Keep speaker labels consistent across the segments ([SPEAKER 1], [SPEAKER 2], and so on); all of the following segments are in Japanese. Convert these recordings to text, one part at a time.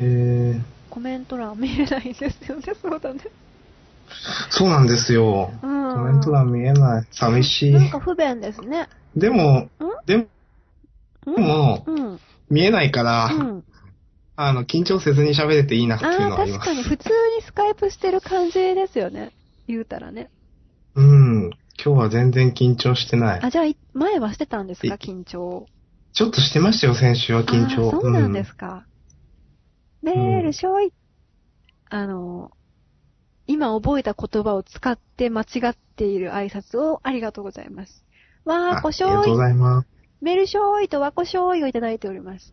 [SPEAKER 1] へえ。
[SPEAKER 2] コメント欄見れないんですよね、そうだね。
[SPEAKER 1] そうなんですよ。
[SPEAKER 2] う
[SPEAKER 1] コ
[SPEAKER 2] ん。
[SPEAKER 1] メント欄見えない。寂しい
[SPEAKER 2] な。んか不便ですね。
[SPEAKER 1] でも、で
[SPEAKER 2] んん
[SPEAKER 1] も、
[SPEAKER 2] うん。
[SPEAKER 1] 見えないか
[SPEAKER 2] う
[SPEAKER 1] ら、
[SPEAKER 2] ん。
[SPEAKER 1] あの、緊張せずに喋れていいな
[SPEAKER 2] あ
[SPEAKER 1] っていうの
[SPEAKER 2] あ、
[SPEAKER 1] はありま
[SPEAKER 2] 確か
[SPEAKER 1] す。
[SPEAKER 2] に、普通にスカイプしてる感じですよね。言うたらね。
[SPEAKER 1] うん。今日は全然緊張してない。
[SPEAKER 2] あ、じゃあ、い前はしてたんですか、
[SPEAKER 1] い
[SPEAKER 2] 緊張。
[SPEAKER 1] ちょっとしてましたよ、先週は緊張。
[SPEAKER 2] あーそうなんですか。メー
[SPEAKER 1] うん
[SPEAKER 2] ル、しょい、あの、今覚えた言葉を使って間違っている挨拶をありがとうございま
[SPEAKER 1] う
[SPEAKER 2] す。
[SPEAKER 1] ん
[SPEAKER 2] わ
[SPEAKER 1] あ
[SPEAKER 2] ーこし
[SPEAKER 1] あり
[SPEAKER 2] ょ
[SPEAKER 1] が
[SPEAKER 2] い
[SPEAKER 1] とうご、ざいます。
[SPEAKER 2] メールしょいとわこしょいをいただいております。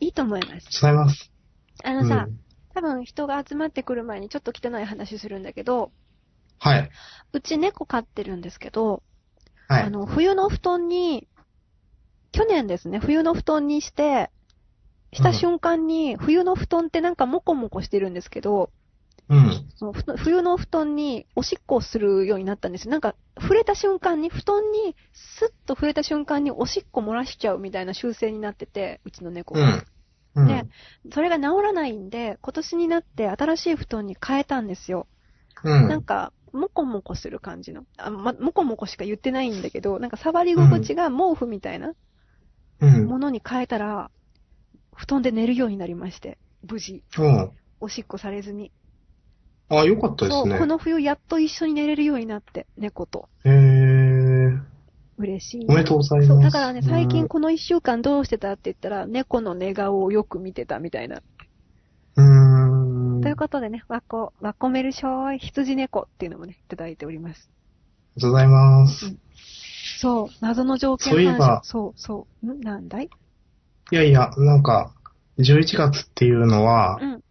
[SPEAKER 2] いいと思います
[SPEAKER 1] ありがとう。ございます。
[SPEAKER 2] あのさ、
[SPEAKER 1] うん
[SPEAKER 2] 多分人が集まってくる前にちょっと汚い話するんだけど、
[SPEAKER 1] はい。
[SPEAKER 2] うち猫飼ってるんですけど、
[SPEAKER 1] は
[SPEAKER 2] あ
[SPEAKER 1] い。
[SPEAKER 2] の、冬の布団に、去年ですね、冬の布団にして、した瞬間に、冬の布団ってなんかモコモコしてるんですけど、
[SPEAKER 1] うん。
[SPEAKER 2] そのふと冬の布団におしっこをするようになったんですよ。なんか、触れた瞬間に、布団にスッと触れた瞬間におしっこ漏らしちゃうみたいな習性になってて、うちの猫
[SPEAKER 1] う
[SPEAKER 2] が。
[SPEAKER 1] ん。うん。
[SPEAKER 2] ねそれが治らないんで、今年になって新しい布団に変えたんですよ。
[SPEAKER 1] う
[SPEAKER 2] なん
[SPEAKER 1] ん。
[SPEAKER 2] か、もこもこする感じの。あ、ま、もこもこしか言ってないんだけど、なんか触り心地が毛布みたいな
[SPEAKER 1] うん。
[SPEAKER 2] ものに変えたら、布団で寝るようになりまして、無事、
[SPEAKER 1] うん。
[SPEAKER 2] おしっこされずに。
[SPEAKER 1] あ、よかったです
[SPEAKER 2] そう、こ
[SPEAKER 1] ね。
[SPEAKER 2] の冬やっと一緒に寝れるようになって、猫と。
[SPEAKER 1] へえ。
[SPEAKER 2] 嬉しい。
[SPEAKER 1] おめでとうございます。
[SPEAKER 2] そう、だからね、最近
[SPEAKER 1] うん
[SPEAKER 2] この一週間どうしてたって言ったら、猫の寝顔をよく見てたみたいな。
[SPEAKER 1] うーん。
[SPEAKER 2] という
[SPEAKER 1] あ
[SPEAKER 2] ことでね、わこ、わこめるしょーい、羊猫っていうのもね、いただいております。
[SPEAKER 1] りがとうございます。
[SPEAKER 2] うんそう、謎の条件
[SPEAKER 1] そういえば
[SPEAKER 2] 反射そう、そう。んなんだい
[SPEAKER 1] いやいや、なんか、11月っていうのは、
[SPEAKER 2] うん。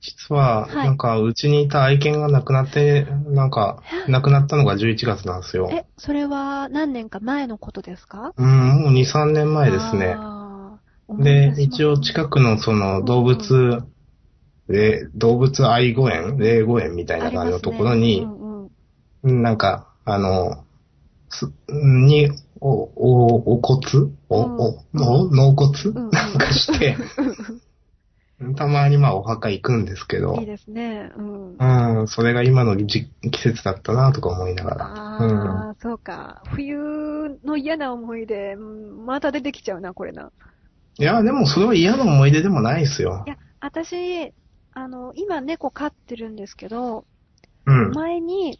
[SPEAKER 1] 実は、
[SPEAKER 2] はい
[SPEAKER 1] なんか、うちにいた愛犬が亡くなって、なんか、亡くなったのが11月なんですよ。
[SPEAKER 2] え、それは何年か前のことですか
[SPEAKER 1] うん、もう2、3年前ですね。
[SPEAKER 2] あー。思い出し
[SPEAKER 1] で
[SPEAKER 2] ま、した
[SPEAKER 1] 一応近くのその動物、で、動物愛護園、霊護園みたいな感じのところ
[SPEAKER 2] あり
[SPEAKER 1] に、
[SPEAKER 2] ますねうんうん
[SPEAKER 1] なんか、あの、す、に、お、お、お骨お、お、お、納
[SPEAKER 2] う
[SPEAKER 1] 骨
[SPEAKER 2] んうん
[SPEAKER 1] なんか して、たまにまあお墓行くんですけど
[SPEAKER 2] いい、ですね。うん。
[SPEAKER 1] うん、それが今の時季節だったなとか思いながら。
[SPEAKER 2] ああ、そうか。冬の嫌な思い出、うんまた出てきちゃうな、これな。
[SPEAKER 1] うん。いや、でもそれは嫌な思い出でもないですよ
[SPEAKER 2] い。や、私、あの、今猫飼ってるんですけど、
[SPEAKER 1] うん。
[SPEAKER 2] 前に、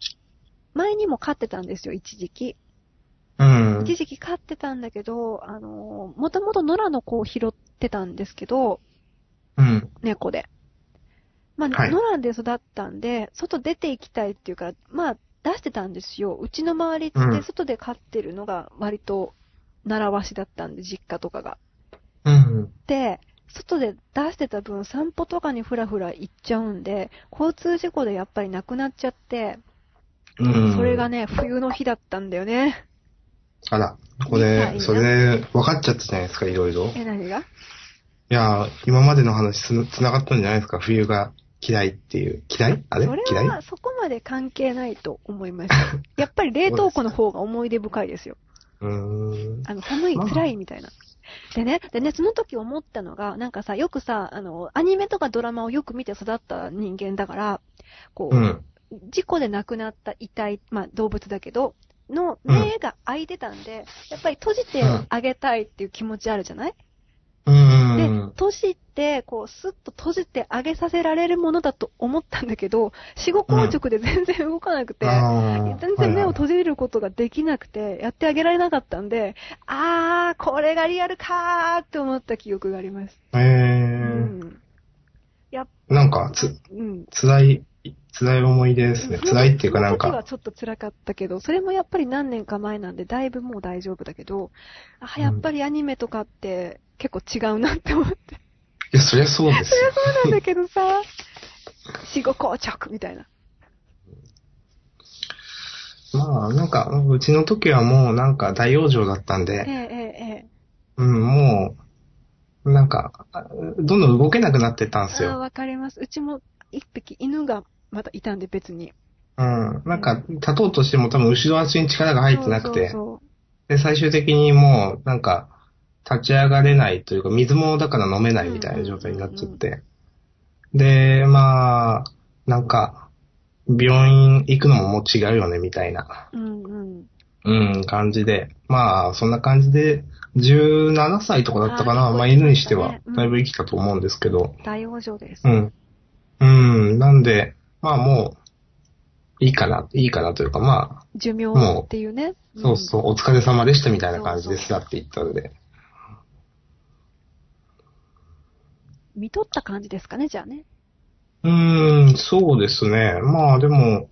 [SPEAKER 2] 前にも飼ってたんですよ、一時期。
[SPEAKER 1] うん。
[SPEAKER 2] 一時期飼ってたんだけど、あの、もともと野良の子を拾ってたんですけど、
[SPEAKER 1] うん。
[SPEAKER 2] 猫で。まあ、
[SPEAKER 1] はい
[SPEAKER 2] 野良で育ったんで、外出て行きたいっていうから、まあ、出してたんですよ。うちの周り
[SPEAKER 1] う
[SPEAKER 2] っ
[SPEAKER 1] ん
[SPEAKER 2] て外で飼ってるのが割と習わしだったんで、実家とかが。
[SPEAKER 1] うん。
[SPEAKER 2] で、外で出してた分、散歩とかにふらふら行っちゃうんで、交通事故でやっぱり亡くなっちゃって、
[SPEAKER 1] うん。
[SPEAKER 2] それがね、冬の日だったんだ よね。
[SPEAKER 1] あら、こ
[SPEAKER 2] みたい
[SPEAKER 1] れ、
[SPEAKER 2] な
[SPEAKER 1] それ、分かっちゃったじゃないですか、いろいろ。い
[SPEAKER 2] え、何が
[SPEAKER 1] やー、今までの話つ、つながったんじゃないですか、冬が嫌いっていう。嫌いあれ
[SPEAKER 2] それ
[SPEAKER 1] 嫌
[SPEAKER 2] はいそこまで関係ないと思いました。 やっぱり冷凍庫の方が思い出深いですよ。
[SPEAKER 1] うーん。
[SPEAKER 2] あの、寒い、
[SPEAKER 1] まあ
[SPEAKER 2] 辛いみたいな。でね、でね、その時思ったのが、なんかさ、よくさ、あの、アニメとかドラマをよく見て育った人間だから、こう、
[SPEAKER 1] うん。
[SPEAKER 2] 事故で亡くなった遺体、まあ動物だけど、の目が開いてたんで、やっぱり閉じてあげたいっていう気持ちあるじゃない、
[SPEAKER 1] うー
[SPEAKER 2] で
[SPEAKER 1] ん。、
[SPEAKER 2] 閉じて、こう、スッと閉じてあげさせられるものだと思ったんだけど、死後硬直で全然動かなくて、
[SPEAKER 1] あー
[SPEAKER 2] 全然目を
[SPEAKER 1] はい
[SPEAKER 2] 閉じることができなくて、やってあげられなかったんで、あー、これがリアルかーって思った記憶があります。
[SPEAKER 1] はい
[SPEAKER 2] うん
[SPEAKER 1] えー、なんか、つ、
[SPEAKER 2] うん。
[SPEAKER 1] 辛い、辛い思い出ですね。辛いっていうかなん
[SPEAKER 2] その時は
[SPEAKER 1] か、
[SPEAKER 2] ちょっと辛かったけど、それもやっぱり何年か前なんで、だいぶもう大丈夫だけど、あ、やっぱりアニメとかって結構違うなって思って。
[SPEAKER 1] いや、そりゃそうですよ。
[SPEAKER 2] そうなんだけどさ、死後硬直みたいな。
[SPEAKER 1] まあ、なんか、うちの時はもうなんか大養生だったん
[SPEAKER 2] ええ
[SPEAKER 1] で、
[SPEAKER 2] ええ
[SPEAKER 1] うん、もう、なんか、あどんどん動けなくなってったんです
[SPEAKER 2] ええ。あー、
[SPEAKER 1] よ。
[SPEAKER 2] わかります。うちも一匹犬がまたいたんで別に。
[SPEAKER 1] うん。なんか、立とうとしても多分後ろ足に力が入ってなくて、
[SPEAKER 2] そうそうそう
[SPEAKER 1] で、最終的にもう、なんか、立ち上がれないというか、水もだから飲めないみたいな状態になっちゃって。で、まあ、なんか、病院行くのももう違うよね、みたいな、
[SPEAKER 2] うんうん。
[SPEAKER 1] うん、感じで。まあ、そんな感じで、17歳とかだったかな、
[SPEAKER 2] あー
[SPEAKER 1] まあ、犬にして
[SPEAKER 2] そうで
[SPEAKER 1] は
[SPEAKER 2] すねうん、
[SPEAKER 1] だいぶ生きたと思うんですけど、
[SPEAKER 2] 大往生です。
[SPEAKER 1] うん。うん、なんで、まあもう、いいかな、いいかなというか、まあ、
[SPEAKER 2] 寿命
[SPEAKER 1] もう
[SPEAKER 2] っていうね。
[SPEAKER 1] そうそう、お疲れ様でしたみたいな感じで
[SPEAKER 2] そう
[SPEAKER 1] すだって言ったので。
[SPEAKER 2] うん。見とった感じですかね、じゃあね。
[SPEAKER 1] うーん、そうですね。まあでも、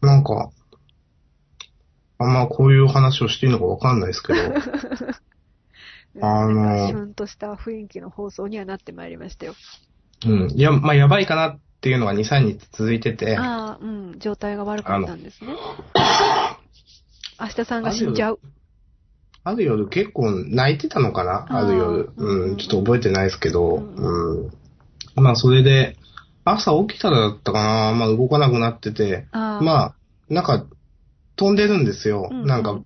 [SPEAKER 1] なんか、あんまこういう話をしていいのかわかんないです けど、あのー
[SPEAKER 2] なんかシュンとした雰囲気の放送にはなってまいりましたよ。
[SPEAKER 1] うん。いや、まあやばいかなっていうのが2、3日続いてて、
[SPEAKER 2] ああ、うん、状態が悪かったんですね。明日さんが死んじゃう。
[SPEAKER 1] ある夜結構泣いてたのかな
[SPEAKER 2] あー
[SPEAKER 1] ある夜。
[SPEAKER 2] う
[SPEAKER 1] うんん、ちょっと覚えてないですけど、
[SPEAKER 2] う
[SPEAKER 1] うんん。まあそれで、朝起きたらだったかなまあ動かなくなってて、
[SPEAKER 2] ああ、あ、
[SPEAKER 1] まあ、なんか、飛んでるんですよ。
[SPEAKER 2] うんうん
[SPEAKER 1] なんか、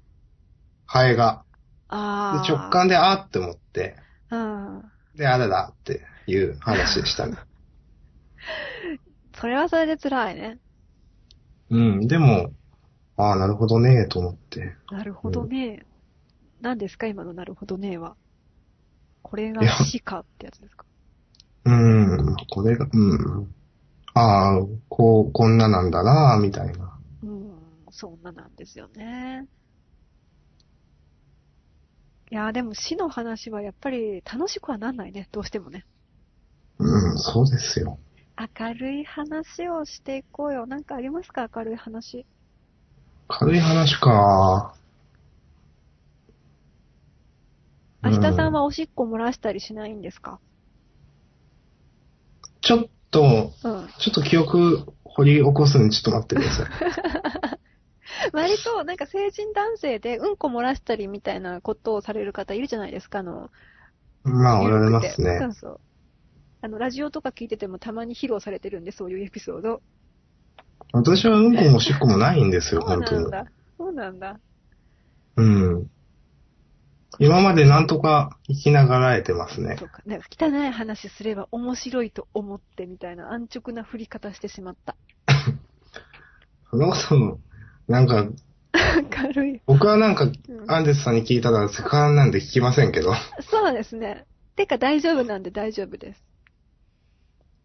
[SPEAKER 1] ハエが。で
[SPEAKER 2] ああ。
[SPEAKER 1] 直。感であーって思って、
[SPEAKER 2] うん。
[SPEAKER 1] で、あれだっていう話でしたね。
[SPEAKER 2] それはそれで辛いね。
[SPEAKER 1] うん、でも、ああ、なるほどね、と思って。
[SPEAKER 2] なるほどね。何ですか今のなるほどねは。これが
[SPEAKER 1] いや
[SPEAKER 2] 死かってやつですか
[SPEAKER 1] うん、これが、うん。ああ、こう、こんななんだな、みたいな。
[SPEAKER 2] うん、そんななんですよね。いやーでも死の話はやっぱり楽しくはなんないね、どうしてもね。
[SPEAKER 1] うん、そうですよ。
[SPEAKER 2] 明るい話をしていこうよ。なんかありますか明るい話。
[SPEAKER 1] 軽い話か。
[SPEAKER 2] 明日さん
[SPEAKER 1] う
[SPEAKER 2] はおしっこ漏らしたりしないんですか
[SPEAKER 1] ちょっと、
[SPEAKER 2] うん。
[SPEAKER 1] ちょっと記憶掘り起こすのにちょっと待ってください。
[SPEAKER 2] 割と、なんか成人男性でうんこ漏らしたりみたいなことをされる方いるじゃないですか、あの、
[SPEAKER 1] まあ、おられま
[SPEAKER 2] 緩く
[SPEAKER 1] す
[SPEAKER 2] てそ
[SPEAKER 1] ね
[SPEAKER 2] う。そう。あの、ラジオとか聞いててもたまに披露されてるんで、そういうエピソード。
[SPEAKER 1] 私はうんこもおしっこもないんです
[SPEAKER 2] そ
[SPEAKER 1] よ、
[SPEAKER 2] う
[SPEAKER 1] 本当
[SPEAKER 2] な
[SPEAKER 1] に
[SPEAKER 2] ん。だ。そうなんだ。
[SPEAKER 1] うん。今までなんとか生きながらえてますね
[SPEAKER 2] そ。うか。なんか汚い話すれば面白いと思ってみたいな安直な振り方してしまった。
[SPEAKER 1] それこそ、なんか、
[SPEAKER 2] 軽い。
[SPEAKER 1] 僕はなんか、
[SPEAKER 2] うん
[SPEAKER 1] アンデスさんに聞いたらセクハラなんで聞きませんけど、
[SPEAKER 2] そうですね。てか大丈夫なんで大丈夫です。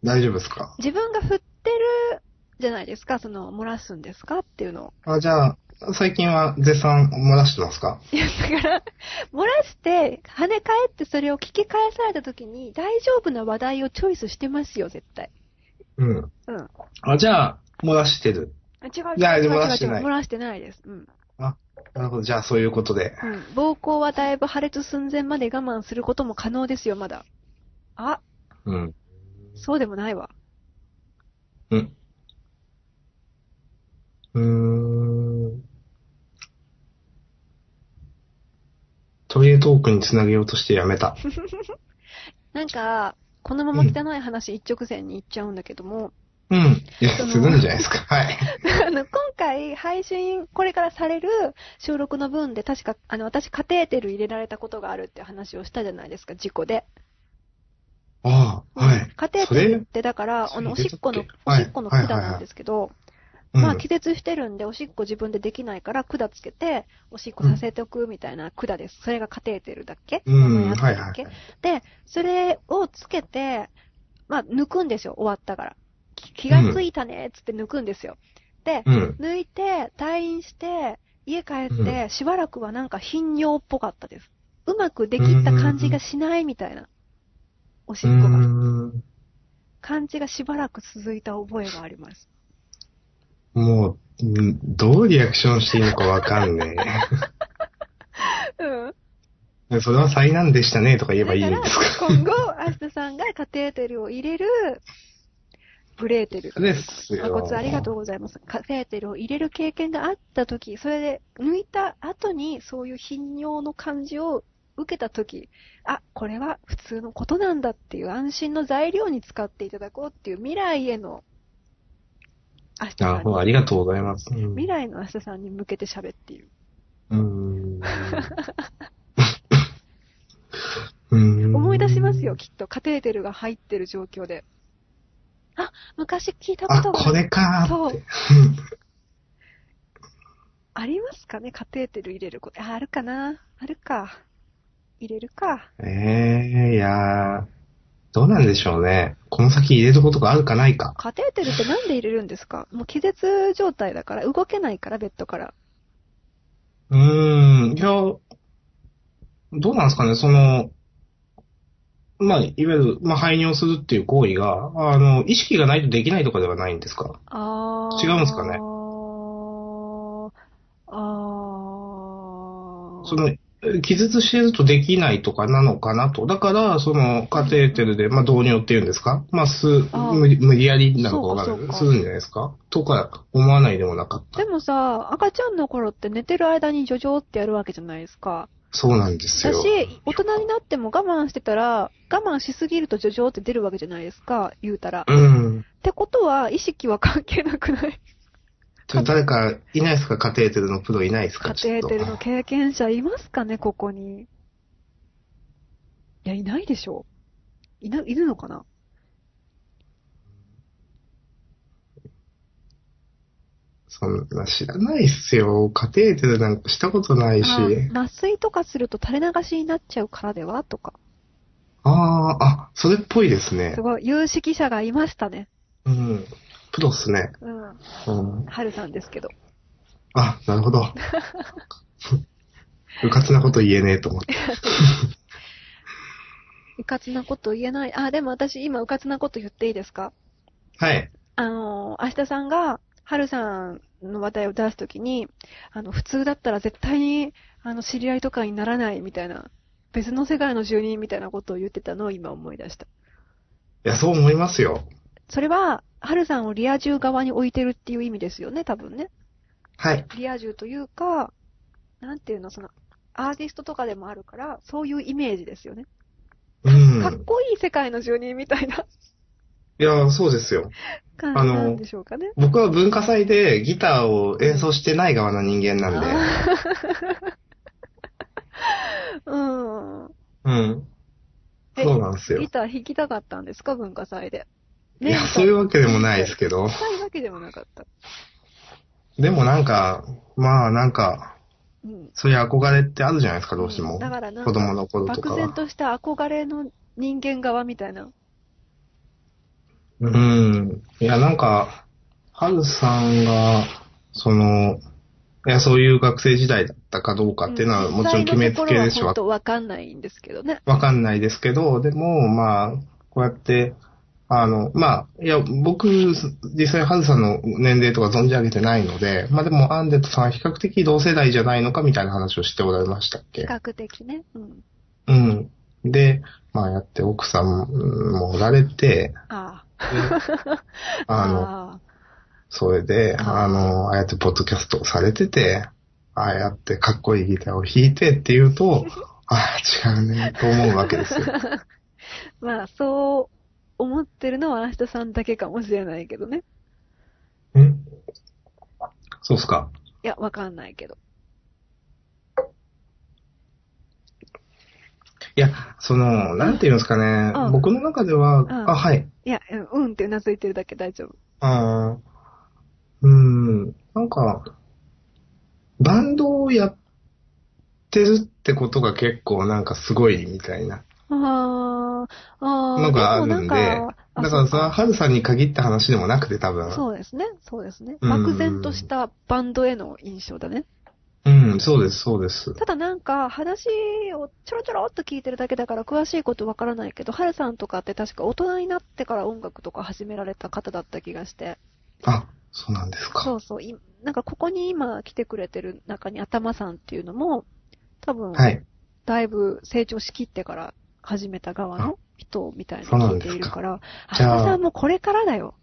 [SPEAKER 1] 大丈夫ですか
[SPEAKER 2] 自分が振ってるじゃないですか、その、漏らすんですかっていうのを。
[SPEAKER 1] あ、じゃあ、最近は絶賛漏らしてますか
[SPEAKER 2] いや、だから、漏らして、跳ね返ってそれを聞き返された時に、大丈夫な話題をチョイスしてますよ、絶対。
[SPEAKER 1] うん。
[SPEAKER 2] うん。
[SPEAKER 1] あ、じゃあ、漏らしてる。
[SPEAKER 2] 違う違う違う。
[SPEAKER 1] いやでも
[SPEAKER 2] 違う
[SPEAKER 1] 漏らしてない
[SPEAKER 2] 違う漏らしてないです。うん。
[SPEAKER 1] なるほど、じゃあそういうことで。
[SPEAKER 2] うん。膀胱はだいぶ破裂寸前まで我慢することも可能ですよ、まだ。あ、
[SPEAKER 1] うん。
[SPEAKER 2] そうでもないわ。
[SPEAKER 1] うん。うーん。トイレトークにつなげようとしてやめた。
[SPEAKER 2] なんか、このまま汚い話一直線に行っちゃうんだけども、
[SPEAKER 1] うん。いや、
[SPEAKER 2] その
[SPEAKER 1] するんじゃないですか。 はい。
[SPEAKER 2] あの、今回配信、これからされる収録の分で確か、あの、私カテーテル入れられたことがあるっていう話をしたじゃないですか、事故で。
[SPEAKER 1] ああ、はい。
[SPEAKER 2] カテーテルってだから、
[SPEAKER 1] そ
[SPEAKER 2] あ
[SPEAKER 1] れ
[SPEAKER 2] の、お
[SPEAKER 1] それ
[SPEAKER 2] しっこの
[SPEAKER 1] 出たっ、け
[SPEAKER 2] おしっこの
[SPEAKER 1] はい
[SPEAKER 2] 管なんですけど、
[SPEAKER 1] うん
[SPEAKER 2] まあ気絶してるんで、おしっこ自分でできないから管つけて、おしっこさせておくみたいな管です。それがカテーテルだっけ
[SPEAKER 1] うん、
[SPEAKER 2] 名前
[SPEAKER 1] は
[SPEAKER 2] あ
[SPEAKER 1] い
[SPEAKER 2] った
[SPEAKER 1] は
[SPEAKER 2] っけ
[SPEAKER 1] い。
[SPEAKER 2] で、それをつけて、まあ、抜くんですよ、終わったから。き気がついたね、つって抜くんですよ。で、
[SPEAKER 1] うん。
[SPEAKER 2] 抜いて、退院して、家帰っ
[SPEAKER 1] う
[SPEAKER 2] て、しばらくはなんか頻尿っぽかったです。うまくできた感じがしないみたいな。おしっこが。
[SPEAKER 1] う
[SPEAKER 2] 感じがしばらく続いた覚えがあります。
[SPEAKER 1] ーんもう、うんどうリアクションしていいのかわかんね
[SPEAKER 2] うん。
[SPEAKER 1] え。 それは災難でしたね、とか言えばいいんですか。
[SPEAKER 2] 今後、明日さんがカテーテルを入れる、グレーテル。
[SPEAKER 1] ですよ。
[SPEAKER 2] まこつありがとうございます。カテーテルを入れる経験があったとき、それで抜いた後にそういう頻尿の感じを受けたとき、あ、これは普通のことなんだっていう安心の材料に使っていただこうっていう未来への、明日
[SPEAKER 1] な
[SPEAKER 2] さ
[SPEAKER 1] る
[SPEAKER 2] ん
[SPEAKER 1] ほど、あ
[SPEAKER 2] に、
[SPEAKER 1] りがとうございます。うん
[SPEAKER 2] 未来の明日さんに向けて喋っている。
[SPEAKER 1] うーん。うん
[SPEAKER 2] 思い出しますよ、。きっと。カテーテルが入ってる状況で。あ、昔聞いたこ
[SPEAKER 1] あ、
[SPEAKER 2] とが
[SPEAKER 1] これかー
[SPEAKER 2] そ
[SPEAKER 1] っ
[SPEAKER 2] う
[SPEAKER 1] て。
[SPEAKER 2] ありますかねカテーテル入れること。あ、あるかなあるか。入れるか。
[SPEAKER 1] ええいやー、どうなんでしょうね。この先入れることがあるかないか。
[SPEAKER 2] カテーテルってなんで入れるんですかもう気絶状態だから、動けないから、ベッドから。
[SPEAKER 1] うーん、いや、どうなんですかね、その、まあ、いわゆる、まあ、排尿するっていう行為が、あの、意識がないとできないとかではないんですか
[SPEAKER 2] あー。
[SPEAKER 1] 違うんすかね
[SPEAKER 2] あー。
[SPEAKER 1] その、え気絶してるとできないとかなのかなと。だから、その、カテーテルで、まあ、導尿っていうんですかまあ、す、
[SPEAKER 2] あ
[SPEAKER 1] 無理無理やりなのかわか
[SPEAKER 2] そ
[SPEAKER 1] ん
[SPEAKER 2] う
[SPEAKER 1] な
[SPEAKER 2] か
[SPEAKER 1] い。
[SPEAKER 2] そう
[SPEAKER 1] す
[SPEAKER 2] か
[SPEAKER 1] るんじゃないですかとか、思わないでもなかった
[SPEAKER 2] で。もさ、赤ちゃんの頃って寝てる間にジョジョってやるわけじゃないですか。
[SPEAKER 1] そうなんです
[SPEAKER 2] だ
[SPEAKER 1] よ。
[SPEAKER 2] し、大人になっても我慢してたら、我慢しすぎるとジョジョって出るわけじゃないですか、言うたら。っ
[SPEAKER 1] うん。
[SPEAKER 2] てことは、意識は関係な くない
[SPEAKER 1] ちょっと誰かいないですかカテーテルのプロいないですか
[SPEAKER 2] カ
[SPEAKER 1] ちょ
[SPEAKER 2] テ
[SPEAKER 1] っ
[SPEAKER 2] ー
[SPEAKER 1] と
[SPEAKER 2] テルの経験者いますかね、ここに。いや、いないでしょ。いな、いるのかな
[SPEAKER 1] そんな知らないっすよ。カテーテルなんかしたことないし。
[SPEAKER 2] あ麻酔とかすると垂れ流しになっちゃうからではとか。
[SPEAKER 1] ああー、あ、それっぽいですね
[SPEAKER 2] す。ごい、有識者がいましたね。
[SPEAKER 1] うん。プロっすね。
[SPEAKER 2] うん。
[SPEAKER 1] うん。
[SPEAKER 2] 春さんですけど。
[SPEAKER 1] あ、なるほど。 うかつなこと言えねえと思って。
[SPEAKER 2] うかつなこと言えない。あ、でも私今うかつなこと言っていいですか
[SPEAKER 1] はい。
[SPEAKER 2] あのー、明日さんが、はるさんの話題を出すときに、あの、普通だったら絶対に、あの、知り合いとかにならないみたいな、別の世界の住人みたいなことを言ってたのを今思い出した。
[SPEAKER 1] いや、そう思いますよ。
[SPEAKER 2] それは、はるさんをリア充側に置いてるっていう意味ですよね、多分ね。
[SPEAKER 1] はい。
[SPEAKER 2] リア充というか、なんていうの、その、アーティストとかでもあるから、そういうイメージですよね。
[SPEAKER 1] う
[SPEAKER 2] かっ
[SPEAKER 1] ん。
[SPEAKER 2] こいい世界の住人みたいない
[SPEAKER 1] や、そうですよ。
[SPEAKER 2] 感じなんでしょうかね。
[SPEAKER 1] 僕は文化祭でギターを演奏してない側の人間なんで。
[SPEAKER 2] うん。
[SPEAKER 1] うん。
[SPEAKER 2] え
[SPEAKER 1] そうなんですよ。
[SPEAKER 2] ギター弾きたかったんですか、文化祭で。
[SPEAKER 1] いや、そういうわけでもないです
[SPEAKER 2] ど。
[SPEAKER 1] けど。
[SPEAKER 2] そういうわけでもなかった。
[SPEAKER 1] でもなんか、まあなんか、
[SPEAKER 2] うん。
[SPEAKER 1] そういう憧れってあるじゃないですか、どうして
[SPEAKER 2] う
[SPEAKER 1] も
[SPEAKER 2] ん。だからなんか
[SPEAKER 1] 子供の頃とか
[SPEAKER 2] 漠然
[SPEAKER 1] は。
[SPEAKER 2] とした憧れの人間側みたいな。
[SPEAKER 1] うん。いや、なんか、はるさんが、その、いや、そういう学生時代だったかどうかっていうのは、もちろん決めつけでしょ
[SPEAKER 2] ょ。。わかんないんですけどね。
[SPEAKER 1] わかんないですけど、でも、まあ、こうやって、あの、まあ、いや、僕、実際、ハズさんの年齢とか存じ上げてないので、まあでも、アンデットさんは比較的同世代じゃないのかみたいな話をしておられましたっけ
[SPEAKER 2] 比較的ね。うん。
[SPEAKER 1] うん。で、まあやって奥さんもおられて、
[SPEAKER 2] ああ。
[SPEAKER 1] あの、
[SPEAKER 2] あ
[SPEAKER 1] それで、
[SPEAKER 2] あ
[SPEAKER 1] あの、ああやってポッドキャストをされてて、ああやってかっこいいギターを弾いてっていう と、ああ、違うね、と思うわけですよ。
[SPEAKER 2] あ。まあ、そう思ってるのは明日さんだけかもしれないけどね。
[SPEAKER 1] んそうっすか。
[SPEAKER 2] いや、わかんないけど。
[SPEAKER 1] いや、その、なんていうんですかね
[SPEAKER 2] うん、
[SPEAKER 1] 僕の中では、
[SPEAKER 2] ん
[SPEAKER 1] あ、はい、
[SPEAKER 2] いや、うんうんってうなずいてるだけ大丈夫。
[SPEAKER 1] あーうん、なんか、バンドをやってるってことが結構なんかすごいみたいな。
[SPEAKER 2] ああ、ああ、
[SPEAKER 1] のがあるんで
[SPEAKER 2] もなんかあ
[SPEAKER 1] だから
[SPEAKER 2] そう
[SPEAKER 1] さ、ハルさんに限った話でもなくて多分。
[SPEAKER 2] そうですね、そうですね。
[SPEAKER 1] うん
[SPEAKER 2] 漠然としたバンドへの印象だね。
[SPEAKER 1] うん、そうです、そうです。
[SPEAKER 2] ただなんか、話をちょろちょろっと聞いてるだけだから詳しいことわからないけど、ハルさんとかって確か大人になってから音楽とか始められた方だった気がして。
[SPEAKER 1] あ、そうなんですか。
[SPEAKER 2] そうそう、いなんかここに今来てくれてる中に頭さんっていうのも、多分、
[SPEAKER 1] はい。
[SPEAKER 2] だいぶ成長しきってから始めた側の人みたいな
[SPEAKER 1] そうな
[SPEAKER 2] の聞
[SPEAKER 1] ん
[SPEAKER 2] い
[SPEAKER 1] で
[SPEAKER 2] て
[SPEAKER 1] すか
[SPEAKER 2] いるから、
[SPEAKER 1] じゃあ
[SPEAKER 2] 橋田さんもこれからだよ。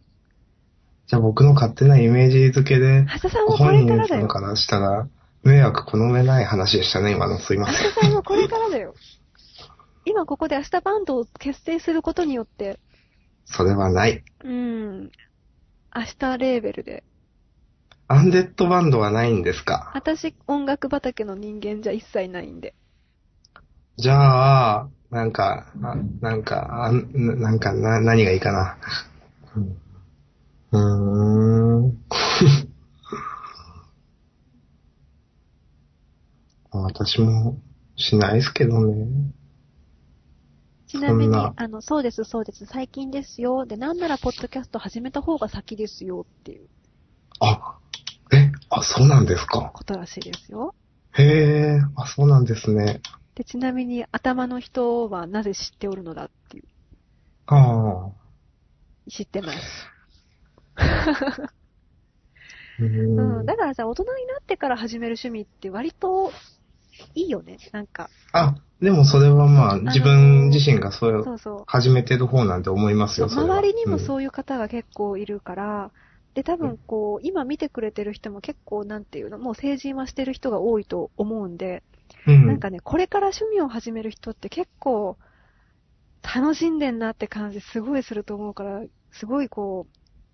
[SPEAKER 1] じゃあ僕の勝手なイメージ付けで、
[SPEAKER 2] 橋田さん
[SPEAKER 1] ご
[SPEAKER 2] もこ
[SPEAKER 1] 本
[SPEAKER 2] れ
[SPEAKER 1] 人
[SPEAKER 2] からだ
[SPEAKER 1] さん
[SPEAKER 2] よ。
[SPEAKER 1] からしたら、迷惑この上ない話でしたね、今の。すいま
[SPEAKER 2] 明
[SPEAKER 1] せん。
[SPEAKER 2] 日さんはこれからだ よ。今ここで明日バンドを結成することによって、
[SPEAKER 1] それはない。
[SPEAKER 2] うん、明日レーベルで、
[SPEAKER 1] アンデッドバンドはないんですか
[SPEAKER 2] 私音楽畑の人間じゃ一切ないんで。
[SPEAKER 1] じゃあ、なんか、ななんか、あんななんかな、何がいいかな。うん。うーん。私もしないですけどね。
[SPEAKER 2] ちなみ
[SPEAKER 1] そん
[SPEAKER 2] に、
[SPEAKER 1] な
[SPEAKER 2] あの、そうです、そうです、最近ですよ。で、なんならポッドキャスト始めた方が先ですよっていう
[SPEAKER 1] あ、え、あ、そうなんですか。
[SPEAKER 2] ことらしいですよ。
[SPEAKER 1] へえ、あ、そうなんですね。
[SPEAKER 2] で、ちなみに、頭の人はなぜ知っておるのだっていう、
[SPEAKER 1] ああ。
[SPEAKER 2] 知ってます。
[SPEAKER 1] う
[SPEAKER 2] うんん、だからさ、大人になってから始める趣味って割といいよね。なんか、
[SPEAKER 1] あ、でもそれはまあ、
[SPEAKER 2] の
[SPEAKER 1] 自分自身がそういう
[SPEAKER 2] そうそう。
[SPEAKER 1] 始めてる方なんて思いますよ、それは
[SPEAKER 2] 周りにも
[SPEAKER 1] うん
[SPEAKER 2] そういう方が結構いるから、で、多分こう、今見てくれてる人も結構なんていうの、もう成人はしてる人が多いと思うんで、
[SPEAKER 1] うん。
[SPEAKER 2] なんかね、これから趣味を始める人って結構、楽しんでんなって感じすごいすると思うから、すごいこう、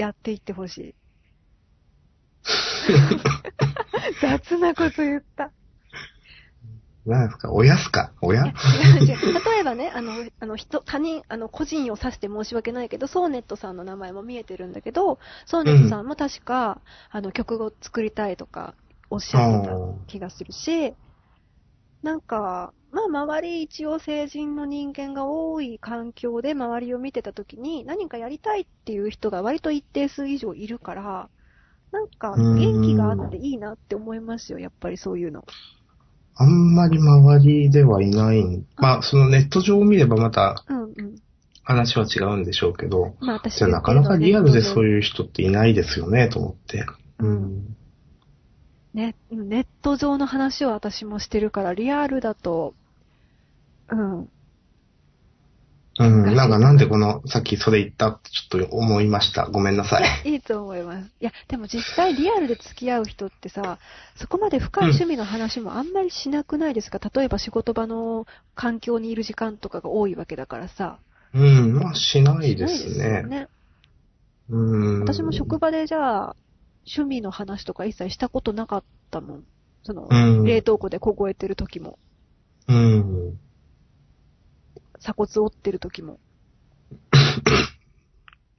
[SPEAKER 2] やっていってほし い。雑なこと言った。
[SPEAKER 1] なんですか、親っすか親
[SPEAKER 2] いや違う違う 例えばね、あの、あの人、他人、あの、個人を指して申し訳ないけど、ソーネットさんの名前も見えてるんだけど、ソーネットさんも確か、あの、曲を作りたいとか、おっしゃってた気がするし、なんか、まあ、周り一応成人の人間が多い環境で周りを見てた時に、何かやりたいっていう人が割と一定数以上いるから、なんか、元気があっていいなって思いますよ、やっぱりそういうの。
[SPEAKER 1] あんまり周りではいないん。まあ、そのネット上を見ればまた
[SPEAKER 2] うんうん。
[SPEAKER 1] 話は違うんでしょうけど、
[SPEAKER 2] まあ、私
[SPEAKER 1] じゃあなかなかリアルでそう
[SPEAKER 2] いう。
[SPEAKER 1] いう人っていないですよね、と思って。うん。
[SPEAKER 2] ね、ネット上の話を私もしてるから、リアルだと、うん。
[SPEAKER 1] うん、なんかなんでこの、さっきそれ言ったってちょっと思いました。ごめんなさい。
[SPEAKER 2] いいと思います。いや、でも実際リアルで付き合う人ってさ、そこまで深い趣味の話もあんまりしなくないですか、例えば仕事場の環境にいる時間とかが多いわけだからさ。
[SPEAKER 1] うん、まあしないで
[SPEAKER 2] し
[SPEAKER 1] す
[SPEAKER 2] ない
[SPEAKER 1] ね
[SPEAKER 2] よ。ね。
[SPEAKER 1] うん。
[SPEAKER 2] 私も職場でじゃあ、趣味の話とか一切したことなかったもん。その
[SPEAKER 1] う、ん。
[SPEAKER 2] 冷凍庫で凍えてる時も、
[SPEAKER 1] うん。
[SPEAKER 2] 鎖骨折ってる時も。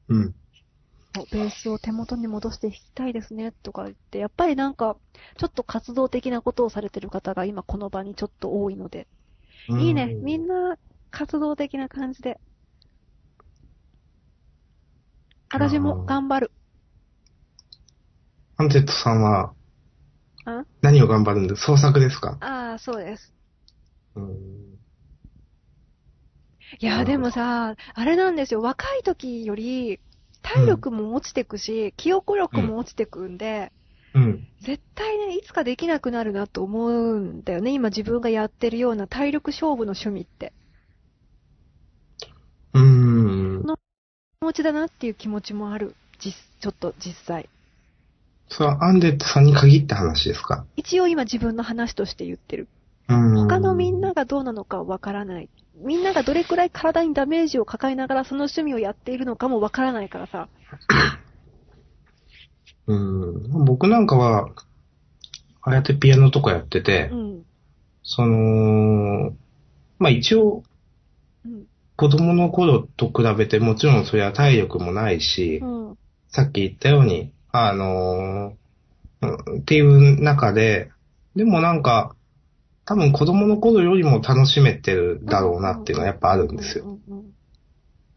[SPEAKER 1] うん。
[SPEAKER 2] ベースを手元に戻して弾きたいですねとか言って、やっぱりなんか、ちょっと活動的なことをされてる方が今この場にちょっと多いので、いいね、みん
[SPEAKER 1] な。
[SPEAKER 2] な活動的な感じで。私も頑張る。
[SPEAKER 1] アンテットさんは
[SPEAKER 2] あ、
[SPEAKER 1] 何を頑張るんです創作ですか
[SPEAKER 2] ああ、そうです。
[SPEAKER 1] うん。
[SPEAKER 2] いや、でもさ、あれなんですよ、若い時より、体力も落ちてくし、記憶力も落ちてくんで、
[SPEAKER 1] うん。
[SPEAKER 2] 絶対ね、いつかできなくなるなと思うんだよね、今自分がやってるような体力勝負の趣味って。
[SPEAKER 1] うん。
[SPEAKER 2] 気持ちだなっていう気持ちもある。実、ちょっと実際。
[SPEAKER 1] それはアンデッドさんに限った話ですか
[SPEAKER 2] 一応今自分の話として言ってる。
[SPEAKER 1] うん。
[SPEAKER 2] 他のみんながどうなのかわからない。みんながどれくらい体にダメージを抱えながらその趣味をやっているのかもわからないからさ。
[SPEAKER 1] うん。僕なんかは、ああやってピアノとかやってて、
[SPEAKER 2] うん。
[SPEAKER 1] その、まあ一応、
[SPEAKER 2] うん。
[SPEAKER 1] 子供の頃と比べてもちろんそれは体力もないし、
[SPEAKER 2] うん。
[SPEAKER 1] さっき言ったように、あのーうんっていう中で、でもなんか、多分子供の頃よりも楽しめてるだろうなっていうのはやっぱあるんですよ。
[SPEAKER 2] うんうんうん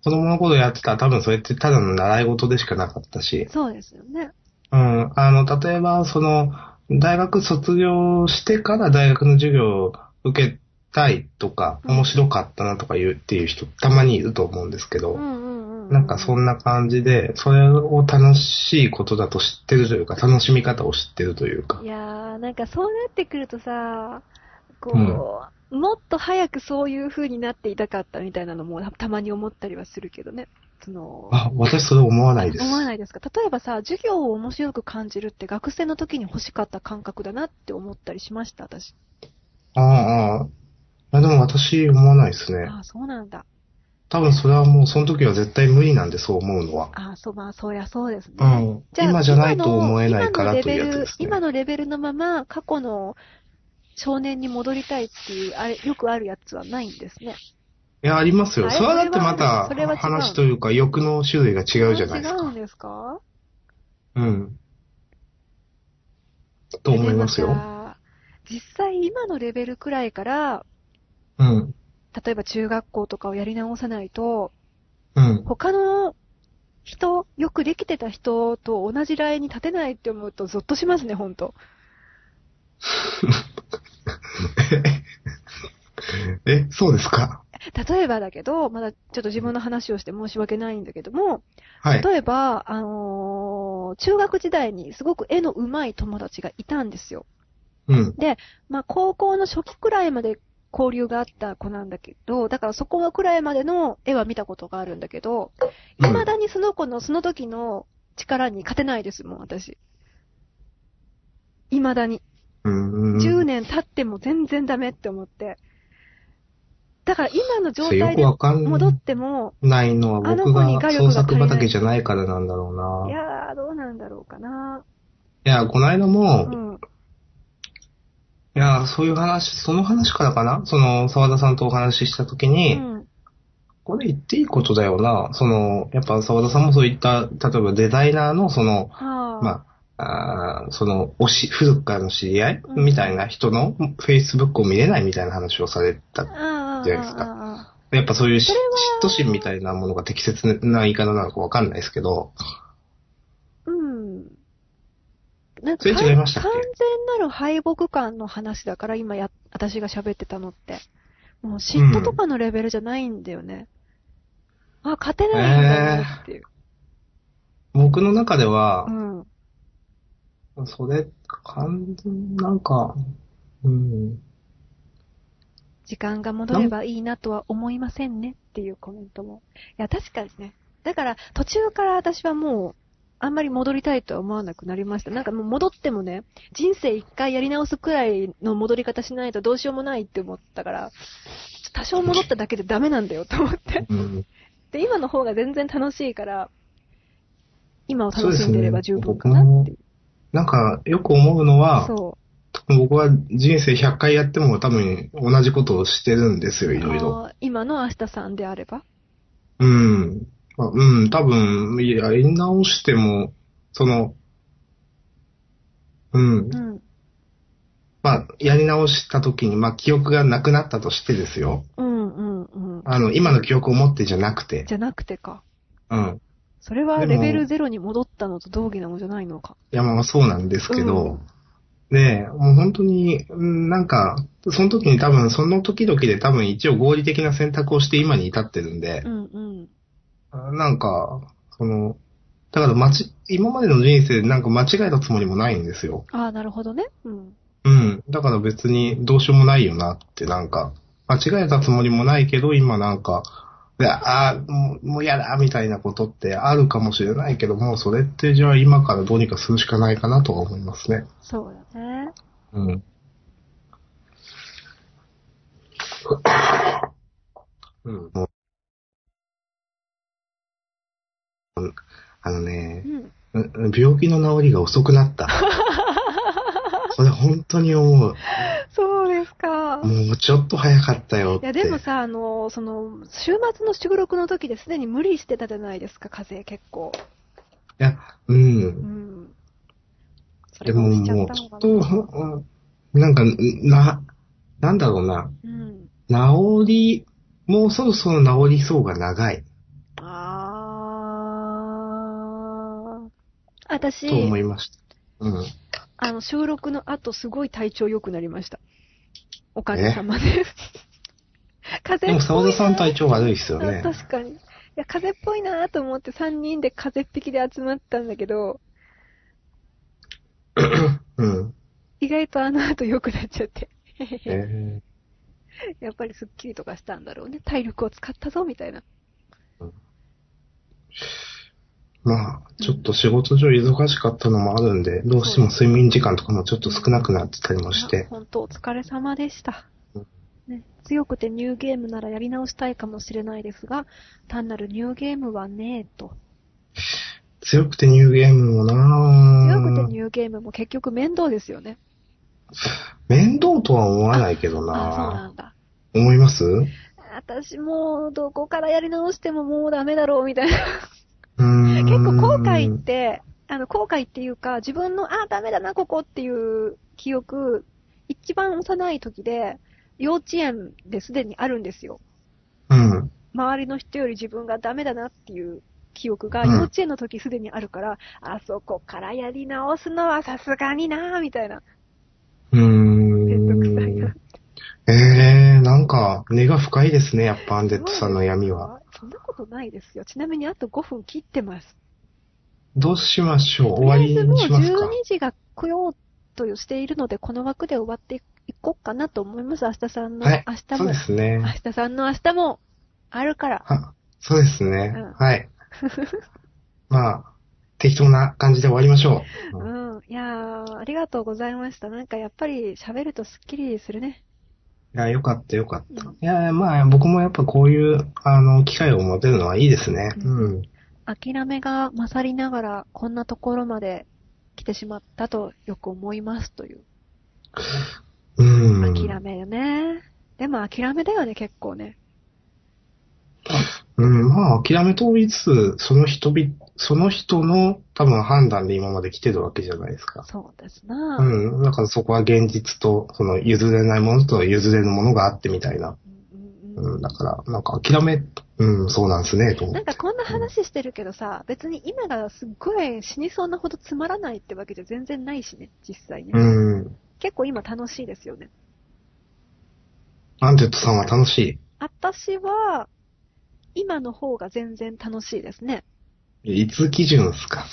[SPEAKER 1] 子供の頃やってたら多分それってただの習い事でしかなかったし、
[SPEAKER 2] そうですよね。
[SPEAKER 1] うん、あの、例えば、その、大学卒業してから大学の授業を受けたいとか、
[SPEAKER 2] うん
[SPEAKER 1] 面白かったなとか言うっていう人、たまにいると思うんですけ
[SPEAKER 2] うん
[SPEAKER 1] ど、
[SPEAKER 2] うんうん。
[SPEAKER 1] なんかそ
[SPEAKER 2] な。
[SPEAKER 1] んな感じで、それを楽しいことだと知ってるというか、楽しみ方を知ってるというか
[SPEAKER 2] い、やー、なんかそうなってくるとさ、こう、もっと早くそういう風になっていたかったみたいなのもたたまに思ったりはするけどね。その、
[SPEAKER 1] あ、私それ思わないです。
[SPEAKER 2] 思わないですか例えばさ、授業を面白く感じるって学生の時に欲しかった感覚だなって思ったりしました、私。
[SPEAKER 1] ああ、ああ。いやでも私思わないですね。
[SPEAKER 2] ああ、そうなんだ。
[SPEAKER 1] 多分それはもうその時は絶対無理なんでそう思うのは。
[SPEAKER 2] ああ、そう、まあ、そりゃそうですね。
[SPEAKER 1] うん。今じゃないと思えないから
[SPEAKER 2] 今の
[SPEAKER 1] というやつですね。
[SPEAKER 2] 今のレベル、今のレベルのまま過去の少年に戻りたいっていう、あれ、よくあるやつはないんですね。
[SPEAKER 1] いや、ありますよ。
[SPEAKER 2] あれ
[SPEAKER 1] それはだってま
[SPEAKER 2] それは違
[SPEAKER 1] た、
[SPEAKER 2] う
[SPEAKER 1] 話というか、欲の種類が違うじゃないです
[SPEAKER 2] あ違う
[SPEAKER 1] か。
[SPEAKER 2] んですか
[SPEAKER 1] うん。と思います
[SPEAKER 2] で
[SPEAKER 1] よ。
[SPEAKER 2] また実際今のレベルくらいから、
[SPEAKER 1] うん。
[SPEAKER 2] 例えば中学校とかをやり直さないと、
[SPEAKER 1] うん。
[SPEAKER 2] 他の人、よくできてた人と同じラインに立てないって思うとゾッとしますね、ほんと。
[SPEAKER 1] え、そうですか。
[SPEAKER 2] 例えばだけど、まだちょっと自分の話をして申し訳ないんだけども、
[SPEAKER 1] はい。
[SPEAKER 2] 例えば、あのー中学時代にすごく絵の上手い友達がいたんですよ。
[SPEAKER 1] うん。
[SPEAKER 2] まあ、高校の初期くらいまで交流があった子なんだけど、だからそこのくらいまでの絵は見たことがあるんだけど、
[SPEAKER 1] うん
[SPEAKER 2] 未だにその子のその時の力に勝てないですもん、私。未だに。
[SPEAKER 1] うん。
[SPEAKER 2] 10
[SPEAKER 1] 年
[SPEAKER 2] 年経っても全然ダメって思って。だから今の状態
[SPEAKER 1] よく
[SPEAKER 2] で
[SPEAKER 1] わかん
[SPEAKER 2] 戻っても、
[SPEAKER 1] ないのは
[SPEAKER 2] あの
[SPEAKER 1] 僕
[SPEAKER 2] 子に画
[SPEAKER 1] が
[SPEAKER 2] 力が
[SPEAKER 1] 創作
[SPEAKER 2] 足りない。
[SPEAKER 1] 畑じゃないからなんだろうない
[SPEAKER 2] やー、どうなんだろうかな。
[SPEAKER 1] いや、この間
[SPEAKER 2] う
[SPEAKER 1] も、
[SPEAKER 2] ん。
[SPEAKER 1] いや、そういう話、その話からかなその、沢田さんとお話しした時に、
[SPEAKER 2] うん。
[SPEAKER 1] これ言っていいことだよな。その、やっぱ沢田さんもそういった、例えばデザイナーのその、
[SPEAKER 2] はあ。
[SPEAKER 1] まあ、あーその、おし、古くからの知り合い
[SPEAKER 2] うん
[SPEAKER 1] みたいな人の Facebook を見れないみたいな話をされた。
[SPEAKER 2] あー、あーあー、
[SPEAKER 1] じゃないですか
[SPEAKER 2] あ
[SPEAKER 1] やっぱそういうし
[SPEAKER 2] それ
[SPEAKER 1] 嫉妬心みたいなものが適切な言い方なのかわかんないですけど、
[SPEAKER 2] ーうん。なん
[SPEAKER 1] それ違いましたっけ
[SPEAKER 2] 完全なる敗北感の話だから、今や、私が喋ってたのって。もう嫉妬とかのレベルじゃないんだよね。あ、勝てないんだねっていう。
[SPEAKER 1] 僕の中では
[SPEAKER 2] う、ん。
[SPEAKER 1] それ、完全、なんか、うん、
[SPEAKER 2] 時間が戻ればいいなとは思いませんねっていうコメントも。いや、確かにね。だから、途中から私はもう、あんまり戻りたいとは思わなくなりました。なんかもう戻ってもね、人生一回やり直すくらいの戻り方しないとどうしようもないって思ったから、多少戻っただけでダメなんだよと思 って。
[SPEAKER 1] うん。
[SPEAKER 2] で、今の方が全然楽しいから、今を楽しんでれば十分か
[SPEAKER 1] そ
[SPEAKER 2] な
[SPEAKER 1] うですね
[SPEAKER 2] っていう。
[SPEAKER 1] なんか、よく思うのは、
[SPEAKER 2] そ
[SPEAKER 1] 僕は人生100回やっても多分同じことをしてるんですよ、
[SPEAKER 2] う。
[SPEAKER 1] いろいろ。
[SPEAKER 2] あー今の明日さんであれば。
[SPEAKER 1] うん。あうん、多分、いや、やり直しても、その、うん
[SPEAKER 2] う。ん。
[SPEAKER 1] まあ、やり直した時に、まあ、記憶がなくなったとしてですよ。
[SPEAKER 2] うんうんうん。
[SPEAKER 1] あの、今の記憶を持ってじゃなくて。
[SPEAKER 2] じゃなくてか。
[SPEAKER 1] うん。
[SPEAKER 2] それは
[SPEAKER 1] で
[SPEAKER 2] レ
[SPEAKER 1] も
[SPEAKER 2] ベルゼロに戻ったのと同義なのじゃないのか。
[SPEAKER 1] いや、まあ、そうなんですけど、ねえ、もう本当に、うんなんか、その時に多分、その時々で多分一応合理的な選択をして今に至ってるんで
[SPEAKER 2] う、んうん。
[SPEAKER 1] なんか、その、だから間ち、今までの人生でなんか間違えたつもりもないんですよ。
[SPEAKER 2] ああ、なるほどね。うん。
[SPEAKER 1] うん。だから別にどうしようもないよなって、なんか、間違えたつもりもないけど、今なんか、いやあーもう、もうやだ、みたいなことってあるかもしれないけども、それってじゃあ今からどうにかするしかないかなとは思いますね。
[SPEAKER 2] そうだね。
[SPEAKER 1] うん。うん。もうあのね
[SPEAKER 2] う、ん。
[SPEAKER 1] う病気の治りが遅くな った。それ本当に思う。
[SPEAKER 2] そうですか。
[SPEAKER 1] もうちょっと早かったよっ
[SPEAKER 2] い
[SPEAKER 1] て。
[SPEAKER 2] や、でもさ、あの、その、週末の収録の時ですでに無理してたじゃないですか、風邪結構。
[SPEAKER 1] いや、う。
[SPEAKER 2] うんん。そ
[SPEAKER 1] で
[SPEAKER 2] れが
[SPEAKER 1] も
[SPEAKER 2] 落ちちゃ
[SPEAKER 1] も
[SPEAKER 2] っ
[SPEAKER 1] う
[SPEAKER 2] た
[SPEAKER 1] ち
[SPEAKER 2] の
[SPEAKER 1] ょ
[SPEAKER 2] か
[SPEAKER 1] っ
[SPEAKER 2] な。
[SPEAKER 1] と、うんなんか、な、なんだろうな。
[SPEAKER 2] うん。
[SPEAKER 1] 治り、もうそろそろ治りそうが長い
[SPEAKER 2] あー。
[SPEAKER 1] と
[SPEAKER 2] 私、
[SPEAKER 1] 思いました。うん。
[SPEAKER 2] あの、収録の後、すごい体調良くなりました。おかげさまで。 風邪
[SPEAKER 1] でも、
[SPEAKER 2] っぽ
[SPEAKER 1] 沢
[SPEAKER 2] い
[SPEAKER 1] 田さん
[SPEAKER 2] な
[SPEAKER 1] 体調悪いですよ
[SPEAKER 2] あ
[SPEAKER 1] ね。
[SPEAKER 2] 確かに。いや、風邪っぽいなと思って3人で風邪っ引きで集まったんだけど、
[SPEAKER 1] うん。
[SPEAKER 2] 意外とあの後良くなっちゃって。
[SPEAKER 1] え
[SPEAKER 2] やっぱりスッキリとかしたんだろうね。体力を使ったぞ、みたいな。
[SPEAKER 1] ーまあ、ちょっと仕事上忙しかったのもあるんで、どうしても睡眠時間とかもちょっと少なくなってたりもして。
[SPEAKER 2] 本当お疲れ様でした
[SPEAKER 1] うん。
[SPEAKER 2] ね、強くてニューゲームならやり直したいかもしれないですが、単なるニューゲームはねえと。
[SPEAKER 1] 強くてニューゲームも
[SPEAKER 2] 強く
[SPEAKER 1] な
[SPEAKER 2] てニューゲームも結局面倒ですよね。
[SPEAKER 1] 面倒とは思わないけど
[SPEAKER 2] あ、そうな
[SPEAKER 1] な。
[SPEAKER 2] んだ。
[SPEAKER 1] 思いますう
[SPEAKER 2] 私もう、どこからやり直してももうダメだろう、みたいな。
[SPEAKER 1] ーん。
[SPEAKER 2] 結構後悔って、あの、後悔っていうか、自分の、あ、ダメだな、ここっていう記憶、一番幼い時で、幼稚園ですでにあるんですよ。
[SPEAKER 1] うん。
[SPEAKER 2] 周りの人より自分がダメだなっていう記憶が
[SPEAKER 1] うん
[SPEAKER 2] 幼稚園の時すでにあるから、あそこからやり直すのはさすがになぁ、みたいな。
[SPEAKER 1] うー
[SPEAKER 2] めんどくさい
[SPEAKER 1] ん
[SPEAKER 2] な。。
[SPEAKER 1] えー、なんか、根が深いですね、やっぱアンデッドさんの闇は。
[SPEAKER 2] そんなことないですよ。ちなみにあと5分切ってます。
[SPEAKER 1] どうしましょう
[SPEAKER 2] と
[SPEAKER 1] 終
[SPEAKER 2] り
[SPEAKER 1] わ
[SPEAKER 2] あ
[SPEAKER 1] り
[SPEAKER 2] えずもう
[SPEAKER 1] にしますか
[SPEAKER 2] 12時が来ようとしているので、この枠で終わっていこうかなと思います。明日さんの、
[SPEAKER 1] はい
[SPEAKER 2] 明日
[SPEAKER 1] そう
[SPEAKER 2] も
[SPEAKER 1] で、すね。
[SPEAKER 2] 明日さんの明日もあるから。
[SPEAKER 1] はそうですね。
[SPEAKER 2] うん
[SPEAKER 1] はい。 まあ、適当な感じで終わりましょう。
[SPEAKER 2] うん。いやー、ありがとうございました。なんかやっぱり喋るとスッキリするね。
[SPEAKER 1] いや、よかった、よかった。
[SPEAKER 2] う
[SPEAKER 1] い
[SPEAKER 2] ん
[SPEAKER 1] や、まあ、僕もやっぱこういう、あの、機会を持てるのはいいですね。うん。
[SPEAKER 2] 諦めが勝りながらこんなところまで来てしまったとよく思いますという。
[SPEAKER 1] うん。
[SPEAKER 2] 諦めよね。でも諦めだよね、結構ね。
[SPEAKER 1] うん、まあ、諦めと言いつつ、その人び、その人の多分判断で今まで来てるわけじゃないですか。
[SPEAKER 2] そうです
[SPEAKER 1] う
[SPEAKER 2] な。
[SPEAKER 1] ん。だからそこは現実と、その譲れないものと譲れるものがあってみたいな。
[SPEAKER 2] うんうんう
[SPEAKER 1] うんん、だから、なんか諦め、うん、そうなんですね、と思
[SPEAKER 2] な
[SPEAKER 1] っ
[SPEAKER 2] んか
[SPEAKER 1] て。
[SPEAKER 2] こんな話してるけどさ、別に今がすっごい死にそうなほどつまらないってわけじゃ全然ないしね、実際ね
[SPEAKER 1] う。ん。
[SPEAKER 2] 結構今楽しいですよね。
[SPEAKER 1] アンデッドさんは楽しい。
[SPEAKER 2] 私は、今の方が全然楽しいですね。
[SPEAKER 1] いつ基準ですか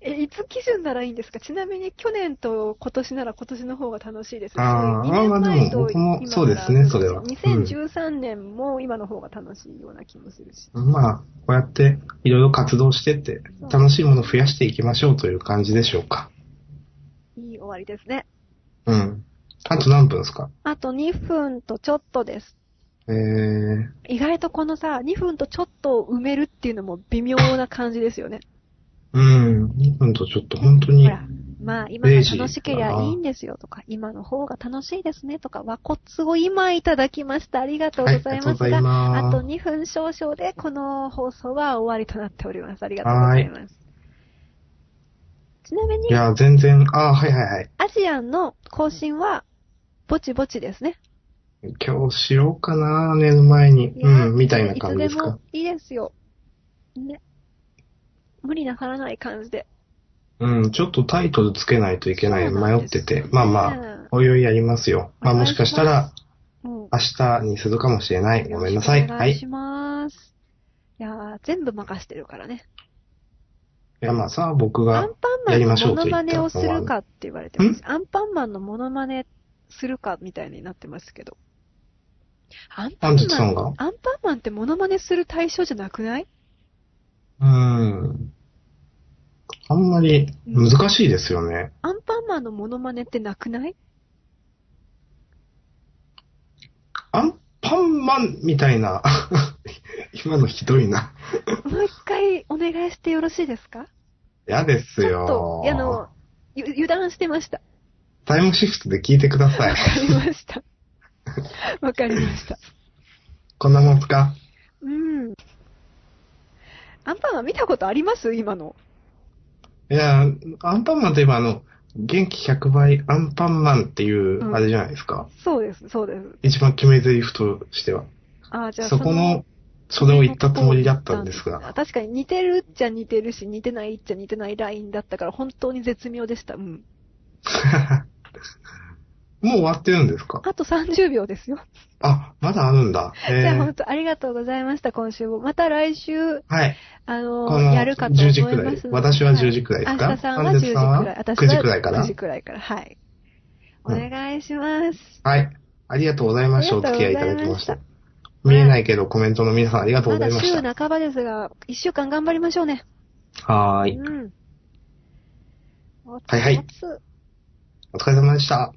[SPEAKER 2] え、いつ基準ならいいんですかちなみに去年と今年なら今年の方が楽しいです。
[SPEAKER 1] あー
[SPEAKER 2] そういう
[SPEAKER 1] まあまあ
[SPEAKER 2] 2年前と
[SPEAKER 1] でも僕も
[SPEAKER 2] 今
[SPEAKER 1] そうですね
[SPEAKER 2] なら
[SPEAKER 1] それは
[SPEAKER 2] 2013年も今の方が楽しいような気もするし。
[SPEAKER 1] まあ、こうやっていろいろ活動してって、楽しいものを増やしていきましょうという感じでしょうか。
[SPEAKER 2] いい終わりですね。
[SPEAKER 1] うん。あと何分ですか
[SPEAKER 2] あと2分とちょっとです。
[SPEAKER 1] えー、
[SPEAKER 2] 意外とこのさ、2分とちょっとを埋めるっていうのも微妙な感じですよね。
[SPEAKER 1] うん、2分とちょっと本当に
[SPEAKER 2] ほ、ら、まあ今が楽しけりゃいいんですよとか、今の方が楽しいですねとか、和骨を今いただきました。ありがとうございますが、
[SPEAKER 1] ま
[SPEAKER 2] あと
[SPEAKER 1] す。
[SPEAKER 2] 2分少々でこの放送は終わりとなっております。ありがとうございます。ちなみに
[SPEAKER 1] い、や、全然、あーはいはいはい。
[SPEAKER 2] アジアンの更新は、ぼちぼちですね。
[SPEAKER 1] 今日しようかな、寝る前に。
[SPEAKER 2] いや
[SPEAKER 1] うん、みたいな感じです
[SPEAKER 2] いつで
[SPEAKER 1] か
[SPEAKER 2] も。いいですよ。ね。無理なさらない感じで。
[SPEAKER 1] うん、ちょっとタイトルつけないといけない。
[SPEAKER 2] そうな
[SPEAKER 1] 迷
[SPEAKER 2] んで
[SPEAKER 1] っ
[SPEAKER 2] す
[SPEAKER 1] て
[SPEAKER 2] よ
[SPEAKER 1] て。まあまあ、
[SPEAKER 2] あ。
[SPEAKER 1] おいおいやりますよ。まあ
[SPEAKER 2] お
[SPEAKER 1] も
[SPEAKER 2] 願いします
[SPEAKER 1] しかしたら、
[SPEAKER 2] うん。
[SPEAKER 1] 明日にするかもしれない。ごめんなさい。
[SPEAKER 2] よろしくお
[SPEAKER 1] は
[SPEAKER 2] 願
[SPEAKER 1] い。
[SPEAKER 2] い
[SPEAKER 1] い
[SPEAKER 2] します。いやー全部任してるからね。
[SPEAKER 1] や、まあさ、僕が
[SPEAKER 2] アン、パンマン
[SPEAKER 1] やりましょ
[SPEAKER 2] のモ
[SPEAKER 1] うと
[SPEAKER 2] ノ
[SPEAKER 1] 言った
[SPEAKER 2] マネをするかって言われてま
[SPEAKER 1] ん
[SPEAKER 2] す。アンパンマンのモノマネするかみたいになってますけど。アンパ
[SPEAKER 1] アン
[SPEAKER 2] ン
[SPEAKER 1] ジュツ
[SPEAKER 2] マ
[SPEAKER 1] さ
[SPEAKER 2] ン、
[SPEAKER 1] んが。
[SPEAKER 2] アンパンマンってモノマネする対象じゃなくない
[SPEAKER 1] うん。あんまり難しいですよね。
[SPEAKER 2] アンパンマンのモノマネってな くない
[SPEAKER 1] アンパンマンみたいな。 今のひどいな。
[SPEAKER 2] もう一回お願いしてよろしいですか
[SPEAKER 1] 嫌です
[SPEAKER 2] ち
[SPEAKER 1] よ。
[SPEAKER 2] ょっと、あの、ゆ油断してました。
[SPEAKER 1] タイムシフトで聞いてください。
[SPEAKER 2] わかりました。わかりました。
[SPEAKER 1] こんなもんすか
[SPEAKER 2] うん。アンパンマン見たことあります今の。
[SPEAKER 1] いや、アンパンマンといえばあの、元気100倍アンパンマンっていう
[SPEAKER 2] う、ん
[SPEAKER 1] あれじゃないですか。
[SPEAKER 2] そうです、そうです。
[SPEAKER 1] 一番決め台詞としては。
[SPEAKER 2] あーじゃあ
[SPEAKER 1] そこの、それを言ったつもりだったんですが。
[SPEAKER 2] 確かに似てるっちゃ似てるし、似てないっちゃ似てないラインだったから、本当に絶妙でした。うん。
[SPEAKER 1] もう終わってるんですか
[SPEAKER 2] あと30秒ですよ。
[SPEAKER 1] あ、まだあるん だ。え
[SPEAKER 2] じゃあ
[SPEAKER 1] ー
[SPEAKER 2] 本当ありがとうございました、今週も。また来週、
[SPEAKER 1] はい。
[SPEAKER 2] あの
[SPEAKER 1] この
[SPEAKER 2] やるかと思い
[SPEAKER 1] 10時く
[SPEAKER 2] ま
[SPEAKER 1] らい
[SPEAKER 2] す。ので。
[SPEAKER 1] 私は10時くらいですか
[SPEAKER 2] 明日さんは
[SPEAKER 1] ア
[SPEAKER 2] 10
[SPEAKER 1] ン
[SPEAKER 2] 時
[SPEAKER 1] デス
[SPEAKER 2] くらい。
[SPEAKER 1] さんは
[SPEAKER 2] 私は
[SPEAKER 1] 9時くらいから
[SPEAKER 2] 9時くらいから。はい。お願いします。
[SPEAKER 1] はい。ありがとうございました。お付き合いいただきました。見えないけどコメントの皆さんありがとう
[SPEAKER 2] ま
[SPEAKER 1] ござ
[SPEAKER 2] だ
[SPEAKER 1] いまし
[SPEAKER 2] 週
[SPEAKER 1] た。
[SPEAKER 2] 半ばですが、1週間頑張りましょうね。
[SPEAKER 1] はーい。
[SPEAKER 2] うん。おつ
[SPEAKER 1] はいはい
[SPEAKER 2] おつ
[SPEAKER 1] お疲れ様でした。